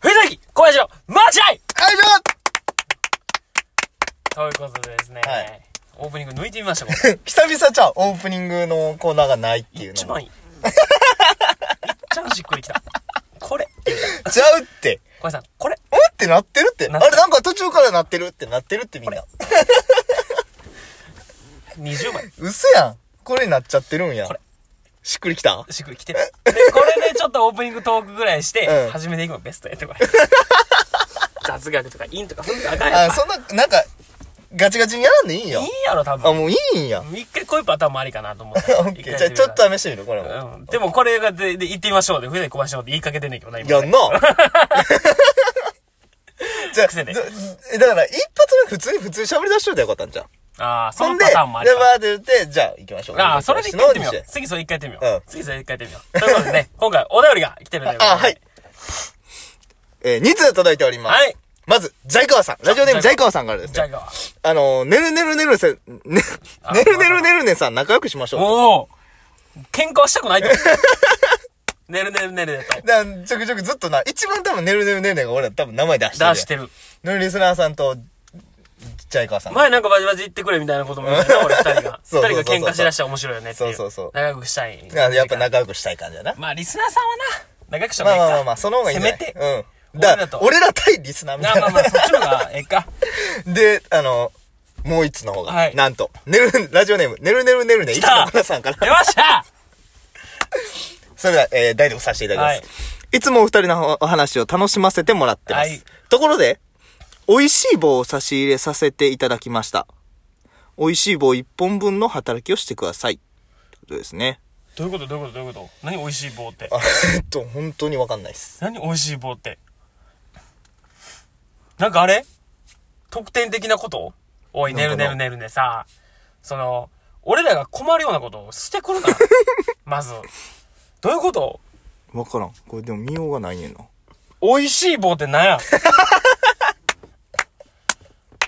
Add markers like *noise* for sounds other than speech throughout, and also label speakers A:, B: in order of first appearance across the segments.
A: 藤崎小林の間違い
B: いし
A: ということでですね、
B: はい
A: オープニング抜いてみました、僕
B: ょ久々じゃん、オープニングのコーナーがないっていう
A: 一
B: のが。
A: 番いい。いっちゃんしっくりきた。これ。
B: ちゃうって。
A: 小林さん、これ。
B: うんってなってるって。あ
A: なってる
B: れなんか途中からなってるってなってるってみんな。
A: 20枚
B: 嘘やん。これになっちゃってるんや
A: これ。
B: しっくりきた
A: しっくり
B: *laughs*
A: きて。で、これでちょっとオープニングトークぐらいして、
B: うん
A: 始めていくのベストや
B: *laughs*
A: ってこれ。雑学とか、インとか、ふんとかあかんや
B: あ、
A: ん。
B: そんな、なんか、ガチガチにやらんでいいんや
A: いい。やろ、多
B: あ、
A: 分。
B: もういいんや。
A: 一回こういうパターンもありかなと思って。
B: *laughs* オッケー。じゃあちょっと試してみる、これも。
A: うんでもこれがで、で、行ってみましょうで、船小林のって言いかけてんねんけどな、今。
B: や
A: *laughs*
B: んな。じゃあ、
A: 癖で
B: だだから、一発目普通に普通に喋り出しといたらよかったんじゃん。
A: ああ、そ
B: ほ
A: の
B: んで、
A: パ
B: で、
A: ター
B: バ
A: ンもありかな。
B: ーって言って、じゃあ行きましょう。
A: ああ、それで一回やってみよ
B: の
A: う
B: に。して
A: 次それ一回やってみよ
B: うん
A: う。次それ一回やってみよう。ということで
B: *laughs*
A: ね、今回お便りが来てるということで。
B: あはい。えー、2通届いております。
A: はい。
B: まず、ジャイカワさん。ラジオネーム
A: ジ
B: ジャ
A: ャ
B: イ
A: イ
B: カワさんからです
A: じゃあ
B: ね。
A: 行くわ。
B: あのー、ねるねるねるせ、ね、ね
A: あ
B: るねるねるねさん仲良くしましょう。
A: おお喧嘩はしたく
B: *laughs*
A: ないと。寝る寝る寝ると。
B: だからちょくちょくずっとな、一番多分ねるねるねるねが俺ら多分名前出してるやん。
A: 出してる。
B: のリスナーさんと、ジャイカワさん。
A: 前なんかバジバジ言ってくれみたいなことも言ってたな、俺二人が。
B: *laughs* そうそうそうそう
A: 二人が喧嘩しだしたら面白いよねっていう。
B: そうそうそう
A: 長くしたい。
B: あやっぱ仲良くしたい感じだな。
A: まあ、リスナーさんはな、長くした
B: ま
A: 方がいい
B: あま
A: か。
B: あまあまあ、その方がいいんじゃない
A: せめて。
B: うん。だ
A: 俺らと
B: 俺ら対リスナーみ
A: な
B: た
A: あ
B: い
A: まあ
B: な。
A: まあ、そっちの方がええ
B: *laughs*
A: か。
B: で、あの、もう一つの方が、
A: はい
B: なんと、ねる、ラジオネーム、ねるねるねるね、いつ
A: た
B: もこなさん *laughs* から
A: 出。ました
B: それでは、えー、代読させていただきます。い、つもお二人のおお話を楽しませてもらってます。
A: はい
B: ところで、美味しい棒を差し入れさせていただきました。美味しい棒一本分の働きをしてください。ということですね。
A: どういうことどういうことどういうこと何美味しい棒って
B: あ。えっと、本当にわかんないです。
A: 何美味しい棒って。なんかあれ特典的なことおい、
B: な
A: 寝る
B: んかな
A: 寝る寝るねさ、その、俺らが困るようなことをしてくる
B: *laughs*
A: な。まず。どういうこと
B: わからん。これでも見ようがないねんな。
A: 美味しい棒って何
B: *laughs*
A: や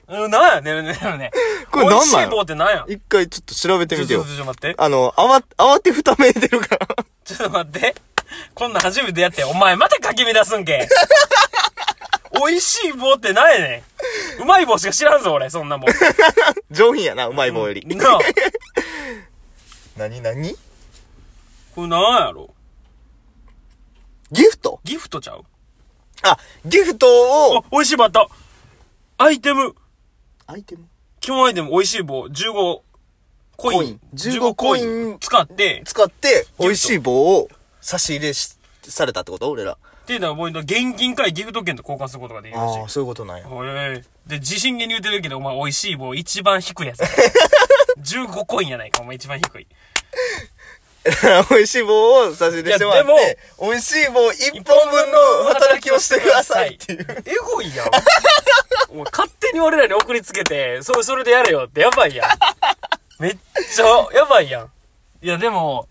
A: うん、何やねるねるね。
B: これ
A: 美
B: 何なん
A: 味し
B: や
A: い棒って何や
B: 一回ちょっと調べて
A: ちょ
B: み
A: ってと
B: よ
A: ちょ。っと待って。
B: あの、あわ、慌てふためいてるから。
A: ちょっと待って。こんなん初めてやって。お前またかき乱すん
B: *laughs*
A: け。美味しい棒って何やねん。うまい棒しか知らんぞ、俺。そんなもん。
B: 上品やな、うまい棒より。
A: なあ。
B: なになに
A: これなんやろ
B: ギフト
A: ギフトちゃう
B: あ、ギフト
A: あ
B: を、、
A: 美味しい棒あった。アイテム。
B: アイテム
A: 基本アイテム、美味しい棒。15コイン。
B: コイン15コイン
A: 使って、
B: 使って、美味しい棒を差し入れし、されたってこと俺ら。
A: っていうのはポイント、現金からギフト券と交換することができるらしい
B: ああ、。そういうことなんや。
A: おいおいで、自信げに言うてるけど、お前、美味しい棒一番低い
B: *laughs*
A: やつや。15コインやないか、お前一番低い。
B: *laughs* 美味しい棒を差し入れしてもらっ
A: いや
B: て、美味しい棒一本分の働きをしてくださいっていう。
A: エゴいやんお前勝手に俺らに送りつけてそれそれでやれよってやばいやんめっちゃやばいやんいやでも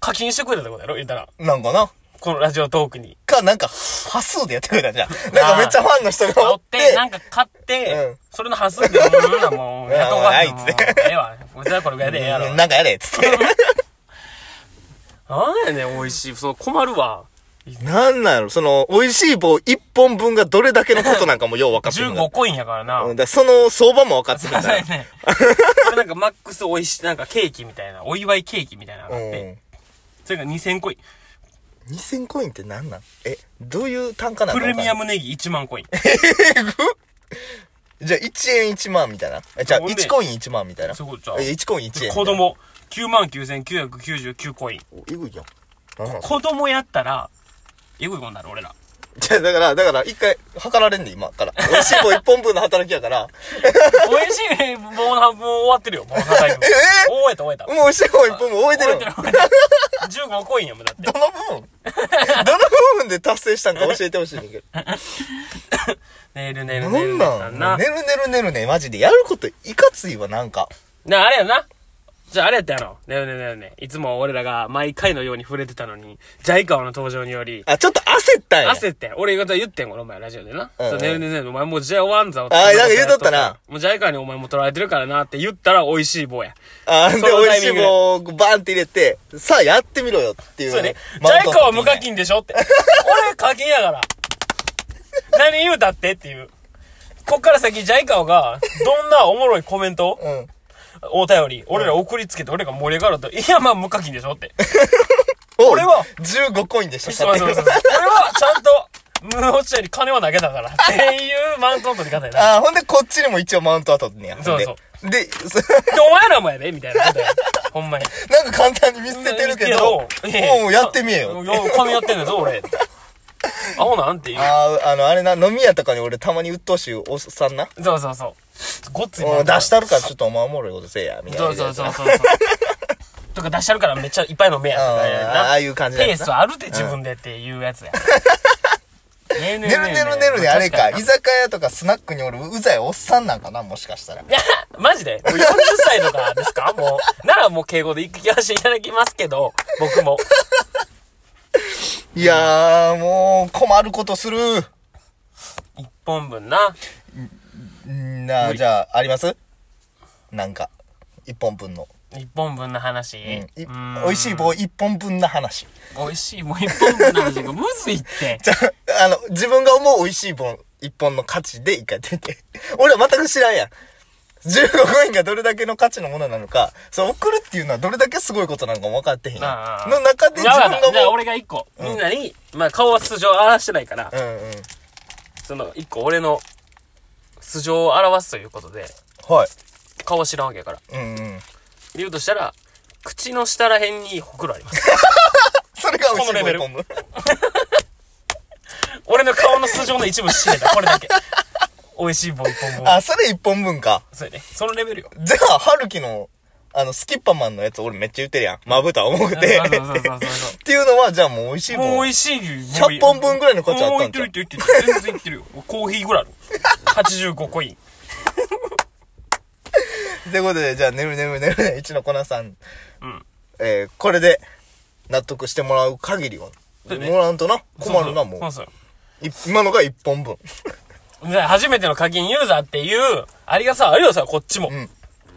A: 課金してくれたってことやろ言ったら
B: なんかな
A: このラジオトークに
B: か、なんか、端数でやってくれ *laughs* たじゃん。なんかめっちゃファンの人がお
A: 煽
B: っ
A: って
B: て、
A: なんか買って、
B: うん
A: それの端数でうんなもうやっとこう
B: あ
A: か
B: あ
A: って
B: あ
A: も
B: いうつね
A: ええわこいつはこれぐらいでええやろ
B: うんなんかやれっつって。
A: なんやねん美味しいそう困るわ
B: *laughs* なんなんやろその、美味しい棒一本分がどれだけのことなんかもよう分かってる。
A: 15コインやからな、
B: うん。だからその相場も分か *laughs* ってる
A: そ
B: か
A: う
B: ら。
A: やね。こ *laughs* れなんかマックス美味しい、なんかケーキみたいな、お祝いケーキみたいなのがあって、 *laughs*
B: う
A: それが2000コイン。
B: ん。2000コインってなんなんえ、どういう単価なの
A: プレミアムネギ1万コイン。
B: じゃあ1円1万みたいな。えじゃあ
A: ほんで
B: 1コイン1万みたいな。
A: そういうことちゃう
B: え1コイン1円。
A: 子。供、99,999コイン。
B: えぐいやん。なん *laughs* なん
A: 子供やったら、えぐいことになる、俺ら。
B: じゃあだから、だから一回測られんで今から。 *laughs* 美味しい棒1本分の働きやから。
A: 美味し *laughs* い棒の半分終わってるよ、棒の半分。
B: え
A: 終えた終えた。
B: もう美味しい棒1本分終えてる
A: 終え
B: の
A: てる終えてる。15コインやもん、だって。
B: *laughs* どの部分どの部分で達成したんか教えてほしいねんだけど。
A: *laughs* 寝る寝る
B: な
A: 寝る
B: ん
A: 寝るさ
B: なんん
A: な。
B: ねるねるねるね、マジで。やることいかついわ、なんか。
A: な、あれやな。じゃあ、あれやったやろ。ねえねえねえねえ。いつも俺らが毎回のように触れてたのに、ジャイカワの登場により、
B: あ、ちょっと焦ったんや。
A: 焦ってん。俺言うこと言ってん、この前ラジオでな。
B: うんうん
A: そうねえねえねえねえお前もう J 終わんぞ。あ
B: あーなんか言うとったな。
A: もうジャイカワにお前も取られてるからなって言ったら美味しい棒や。
B: あで、
A: その
B: 美
A: タ
B: 味
A: イ
B: し
A: ミ
B: い
A: ングで
B: 棒をバンって入れて、さあやってみろよっていう。
A: そうやね。ジ
B: マウン
A: ャイ
B: トを
A: カワ
B: 取
A: 無
B: って
A: 課
B: いない。 *laughs*
A: 金でしょって。俺課金やから。何言うたってっていう。こっから先、ジャイカオが、どんなおもろいコメントを
B: うん。
A: お便り、俺ら送りつけて、俺が盛り上がると、いや、まあ、無課金でしょって。
B: こ
A: 俺は、
B: 15コインでしょ、
A: そうそうそう。俺は、ちゃんと、無落ちに金は投げたから。っていうマウントの取り方やな。
B: ああ、ほんで、こっちにも一応マウントは取ってんねや。
A: そうそう
B: ほんで。で、 *laughs* そ
A: で、お前らもやでみたいなこと
B: *laughs*
A: や。ほんまに。
B: なんか簡単に見捨ててるけど、も
A: いやいや
B: うやってみえよ。
A: いや髪やってんだぞ、俺。アホなんていう。
B: ああ、あの、あれな、飲み屋とかに俺たまに鬱陶しいおっさんな。
A: そうそうそう。ごっつい。
B: うん、出したたるからちょっとお前おもろいことせえや、みたいな。
A: そうそうそうそう。とか出してるからめっちゃいっぱいの目やとかや
B: うん
A: な
B: ああいう感じの
A: ペー
B: やつ
A: ス
B: な
A: あるで自分でっていうやつや。 *laughs* ねる
B: ねるねるねるね、あれか。居酒屋とかスナックにおるうざいおっさんなんかな、もしかしたら。
A: いや、マジでもう ?40 歳とかですかもう。ならもう敬語で行きやしていただきますけど、僕も。
B: いやー、もう、困ることする。
A: 一本分な。
B: んなあ、じゃあ、ありますなんか、一本分の。
A: 一本分の話。う
B: うんい
A: ーん
B: 美味しい。棒一本分の話。
A: 美味しいもう一本分の話がむずい *laughs* って。
B: じゃあ、あの、自分が思う美味しい本、一本の価値で一回やってみ *laughs* て。俺は全く知らんやん。15コインがどれだけの価値のものなのか、その送るっていうのはどれだけすごいことなのかも分かってへん
A: あ
B: や
A: あ
B: ん。の中で
A: じゃ
B: 自
A: あ
B: 分が
A: じゃあ
B: 思う。
A: 俺が一個、みんなに、まあ顔は素性を表してないから、
B: うんうん。
A: その一個俺の素性を表すということで、
B: はい。
A: 顔は知らんわけやから。
B: うんうん。
A: 言うとしたら、口の下ら辺にほくろあります。 *laughs*
B: それが美味しい
A: このレ
B: 棒
A: ベ
B: 一
A: ル
B: 本分。
A: 俺の顔の素性の一部知れた、これだけ。美味しい棒一本分。
B: *laughs* あ、それ一本分か。
A: そうやね。そのレベルよ。
B: じゃあ、春樹の、あの、スキッパマンのやつ俺めっちゃ言ってるやん。まぶた重くて。
A: そうそうそう
B: *laughs* っ
A: そうそ。
B: ていうのは、じゃあもう美味しいう
A: もう
B: 棒
A: 美味しい牛。
B: 100本分ぐらいの価値あったんちゃう
A: もういってるいってるいってる。全然いってるよ。コーヒーぐらい *laughs* ある。85コイン。
B: ということで、じゃあ、ねるねるねるね、一の粉さん。
A: うん。
B: えー、これで、納得してもらう限りは。
A: そうね
B: もらわんとな、困るな、も
A: そう
B: う。
A: そう。
B: い今のが一本分。
A: じゃあ初めての課金ユーザーっていう、ありがさ、あるよさ、こっちも。
B: ん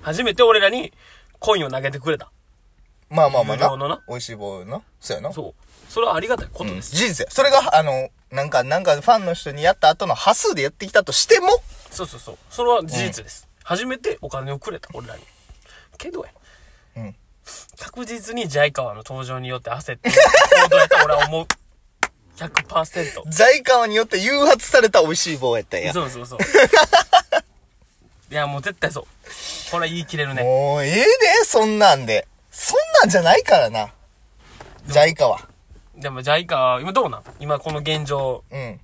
A: 初めて俺らにコインを投げてくれた。
B: まあまあまあ
A: 有料の
B: な
A: な。
B: 美味しい棒な。そうやな。
A: そう。それはありがたいこと
B: うん
A: です。
B: 事実や。それが、あの、なんか、なんかファンの人にやった後の端数でやってきたとしても、
A: そうそうそう。それは事実です。初めてお金をくれた、俺らに。けどや。
B: うん
A: 確実にジャイカワの登場によって焦って、行動やった俺は思う。100%。
B: ザイカワによって誘発された美味しい棒やったんや。
A: そうそう
B: *laughs*
A: そう。いや、もう絶対そう。これは言い切れるね。
B: もう、ええで、そんなんで。そんなんじゃないからな。ジャイカは。
A: でも、ジャイカは、今どうなん今この現状、
B: うん。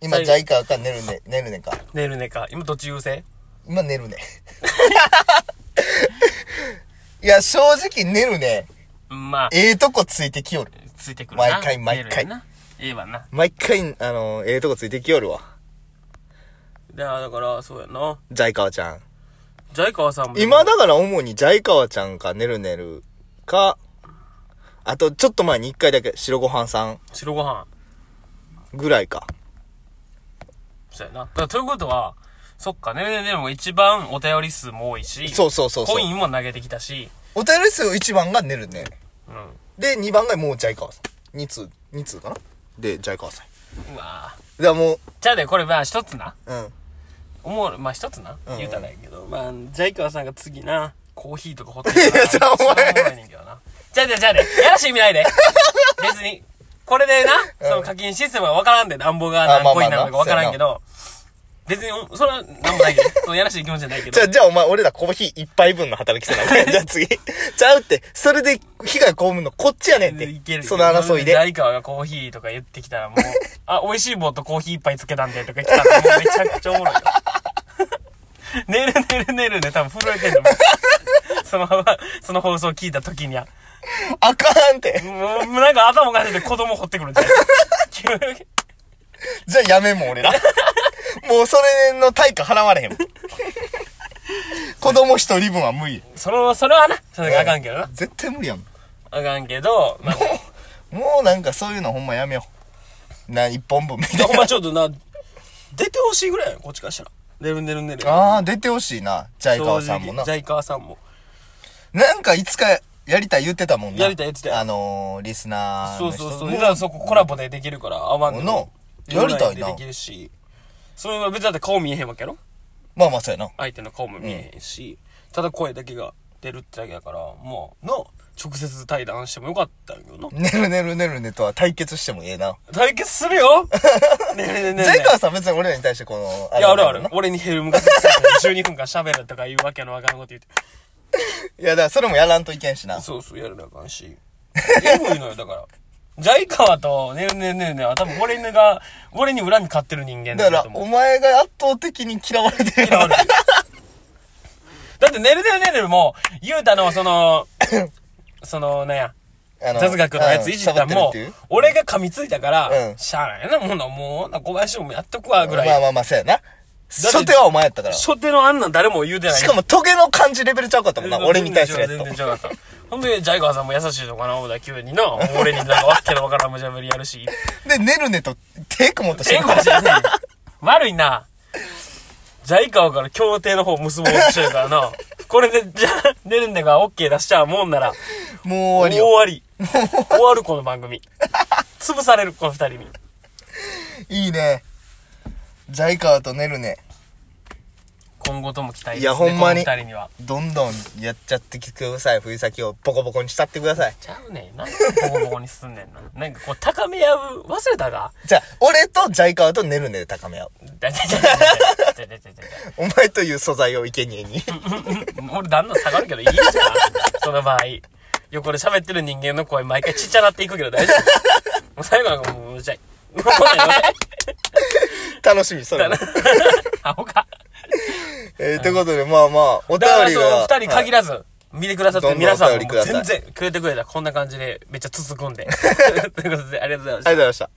B: 今、
A: 最
B: ジ
A: 後
B: ャイカか、ネルネ、ネルネか。
A: 寝るねか。今どっち優勢
B: 今、ネルネ。 *laughs* いや、正直、ネルネ、
A: うんまあ、
B: ええとこついてきよる。
A: ついてくるな。
B: 毎回毎回
A: 寝るねんな。ええわな。
B: 毎回、あの、ええとこついてきよるわ。
A: いや、だから、そうやな。
B: ジャイカワちゃん。
A: ジャイカワさんも。
B: 今だから主にジャイカワちゃんか、ネルネルか、あと、ちょっと前に一回だけ、白ご飯さん
A: 白ご飯。
B: ぐらいか。
A: そうやな。だからということは、そっか、ねるねでも一番お便り数も多いし、
B: そうそうそうそう
A: コインも投げてきたし、
B: お便り数1番がネルネル。
A: うん。
B: で、2番がもうジャイカワさん。2通、2通かなで、ジャイカワさん。
A: うわぁ。
B: だからもう、
A: じゃあね、これまあ一つな。
B: うん。 *laughs*
A: 思う、まあ一つな。
B: ん
A: 言うたらやけど、まあ、ジャイカワさんが次な、コーヒーとかホテルとか。
B: いやじゃあお前
A: 一番いねんけどなじゃあじゃあじゃあね、やらしい意味ないで。別に。これでな、その課金システムは分からんで、暖房が
B: あま
A: 何
B: あ
A: コ
B: ま
A: イ
B: あ
A: ン
B: な
A: なのか分からんけど、別に、それは何もないけど、そのやらしい気持ちじゃないけど。
B: じゃあ、じゃあお前、俺らコーヒー一杯分の働きせなあ
A: *laughs*
B: かん。じゃあ次。ちゃうって。それで被害被るのこっちやねんって。
A: いける
B: その争いで。
A: 誰かがコーヒーとか言ってきたらもう、あ、美味しい棒とコーヒー一杯つけたんでとか言ってたらもうめちゃくちゃおもろいよ。寝る寝る寝るで多分震えてるの。その、その放送聞いた時には。
B: あかんって。
A: もうなんか頭おかしいで子供掘ってくるんじゃない急に
B: じゃあやめんもん、
A: *laughs*
B: 俺ら。もうそれの対価払われへんもん。子供一人分は無理。
A: その、それはな、それがあかんけどな。
B: 絶対無理やもん。
A: あかんけど、まあ、
B: もうなんかそういうのほんまやめよう。な、一本分みたい
A: *laughs* ほん
B: な。
A: まちょっとな、出てほしいぐらいやんこっちからしたら。寝る寝る寝る。
B: *laughs* ああ、出てほしいな。ジャイ
A: 正
B: カ
A: 直
B: ワさんもな
A: ジ。ャイカワさんも。
B: なんかいつかやりたい言ってたもんな。
A: やりたい言ってたよ
B: あのー、リスナー
A: そ
B: の
A: う
B: 人
A: そ
B: も。
A: うそう。だからそこコラボでできるから、合わんでも
B: の、やりたい
A: オンラインで
B: な
A: できるし。それは別にだって顔見えへんわけやろ
B: まあまあ、そうやな。
A: 相手の顔も見えへんし、ただ声だけが出るってだけやから、もう、の、直接対談してもよかったんよな。
B: ねるねるねるねとは対決してもええな。
A: 対決する *laughs* よねえねえねえねえ
B: 前川さん別に俺らに対してこの、
A: いや、あるあ
B: れ
A: る
B: な。。
A: 俺にヘルムがつ *laughs* く12分間喋るとかいうわけのわからんこと言って。
B: いや、だからそれもやらんといけんしな。
A: そうそう、やるなあかんし。エグいのよ、だ
B: *laughs*
A: から。ジャイカワと、ねえねえねえねえは多分俺が、俺に恨み買ってる人間
B: だか
A: な
B: ら
A: と、思う
B: お前が圧倒的に嫌われてる
A: 嫌われてるだって、ねるねるねるねるも、ゆうたの、そ
B: *laughs*
A: の、その、なんや、
B: *laughs* あの
A: 雑学のやついじったんも
B: うんサボってるっていう、
A: 俺が噛みついたから、
B: うん
A: しゃあないな、もんな、もうな、小林もやっとくわ、ぐらい。
B: まあまあまあ、そうやな。初手はお前やったから。し
A: 初手のあんなん誰も言うてない。
B: かも、トゲの感じレベルちゃうかったもんな。俺に対するやつ
A: 全
B: と
A: 然。違かった。ほんで、ジャイガーさんも優しいのかな、思うたら急にな。俺になんかわっけのわからん無茶ぶりやるし。
B: で、ねるねと、テイク持った
A: ええ
B: 瞬
A: かも
B: 間
A: しれない。悪いな。ジャイカワから協定の方結ぼうとしてるからな。これで、じゃあ、出るんだが OK 出しちゃうもんなら、
B: もう
A: もう
B: 終わり
A: 終
B: よ。
A: わり。終わる、この番組。潰される、この二人に。
B: いいね。ジャイカーとねるね。
A: 今後とも期待です、ね。
B: いやほんまに
A: この二人には。
B: どんどんやっちゃってください。冬先をボコボコにしたってください。
A: ちゃうねん。なんでボコボコにすんねんな。なんかこう、高め合う、忘れたか *laughs*
B: じゃあ、俺とジャイカーとねるねで高め合う。
A: だだだだだだだだだ
B: お前という素材を生贄に。
A: 俺だんだん下がるけどいいじゃん。その場合。横で喋ってる人間の声毎回ちっちゃなっていくけど大丈 *laughs* 夫。もう最後なんかもううるさい。もう
B: 楽しみ、それも。
A: アホか。
B: えー、ということで、まあまあ、お
A: だから
B: 便り
A: そ
B: が。
A: の二人限
B: はい
A: らず、見てくださってる皆さんも
B: どんどんお便りくださ
A: 全
B: い *laughs*
A: 然くれてくれたらこんな感じでめっちゃつつくんで。ということでありがとうございました
B: ありがとうございました。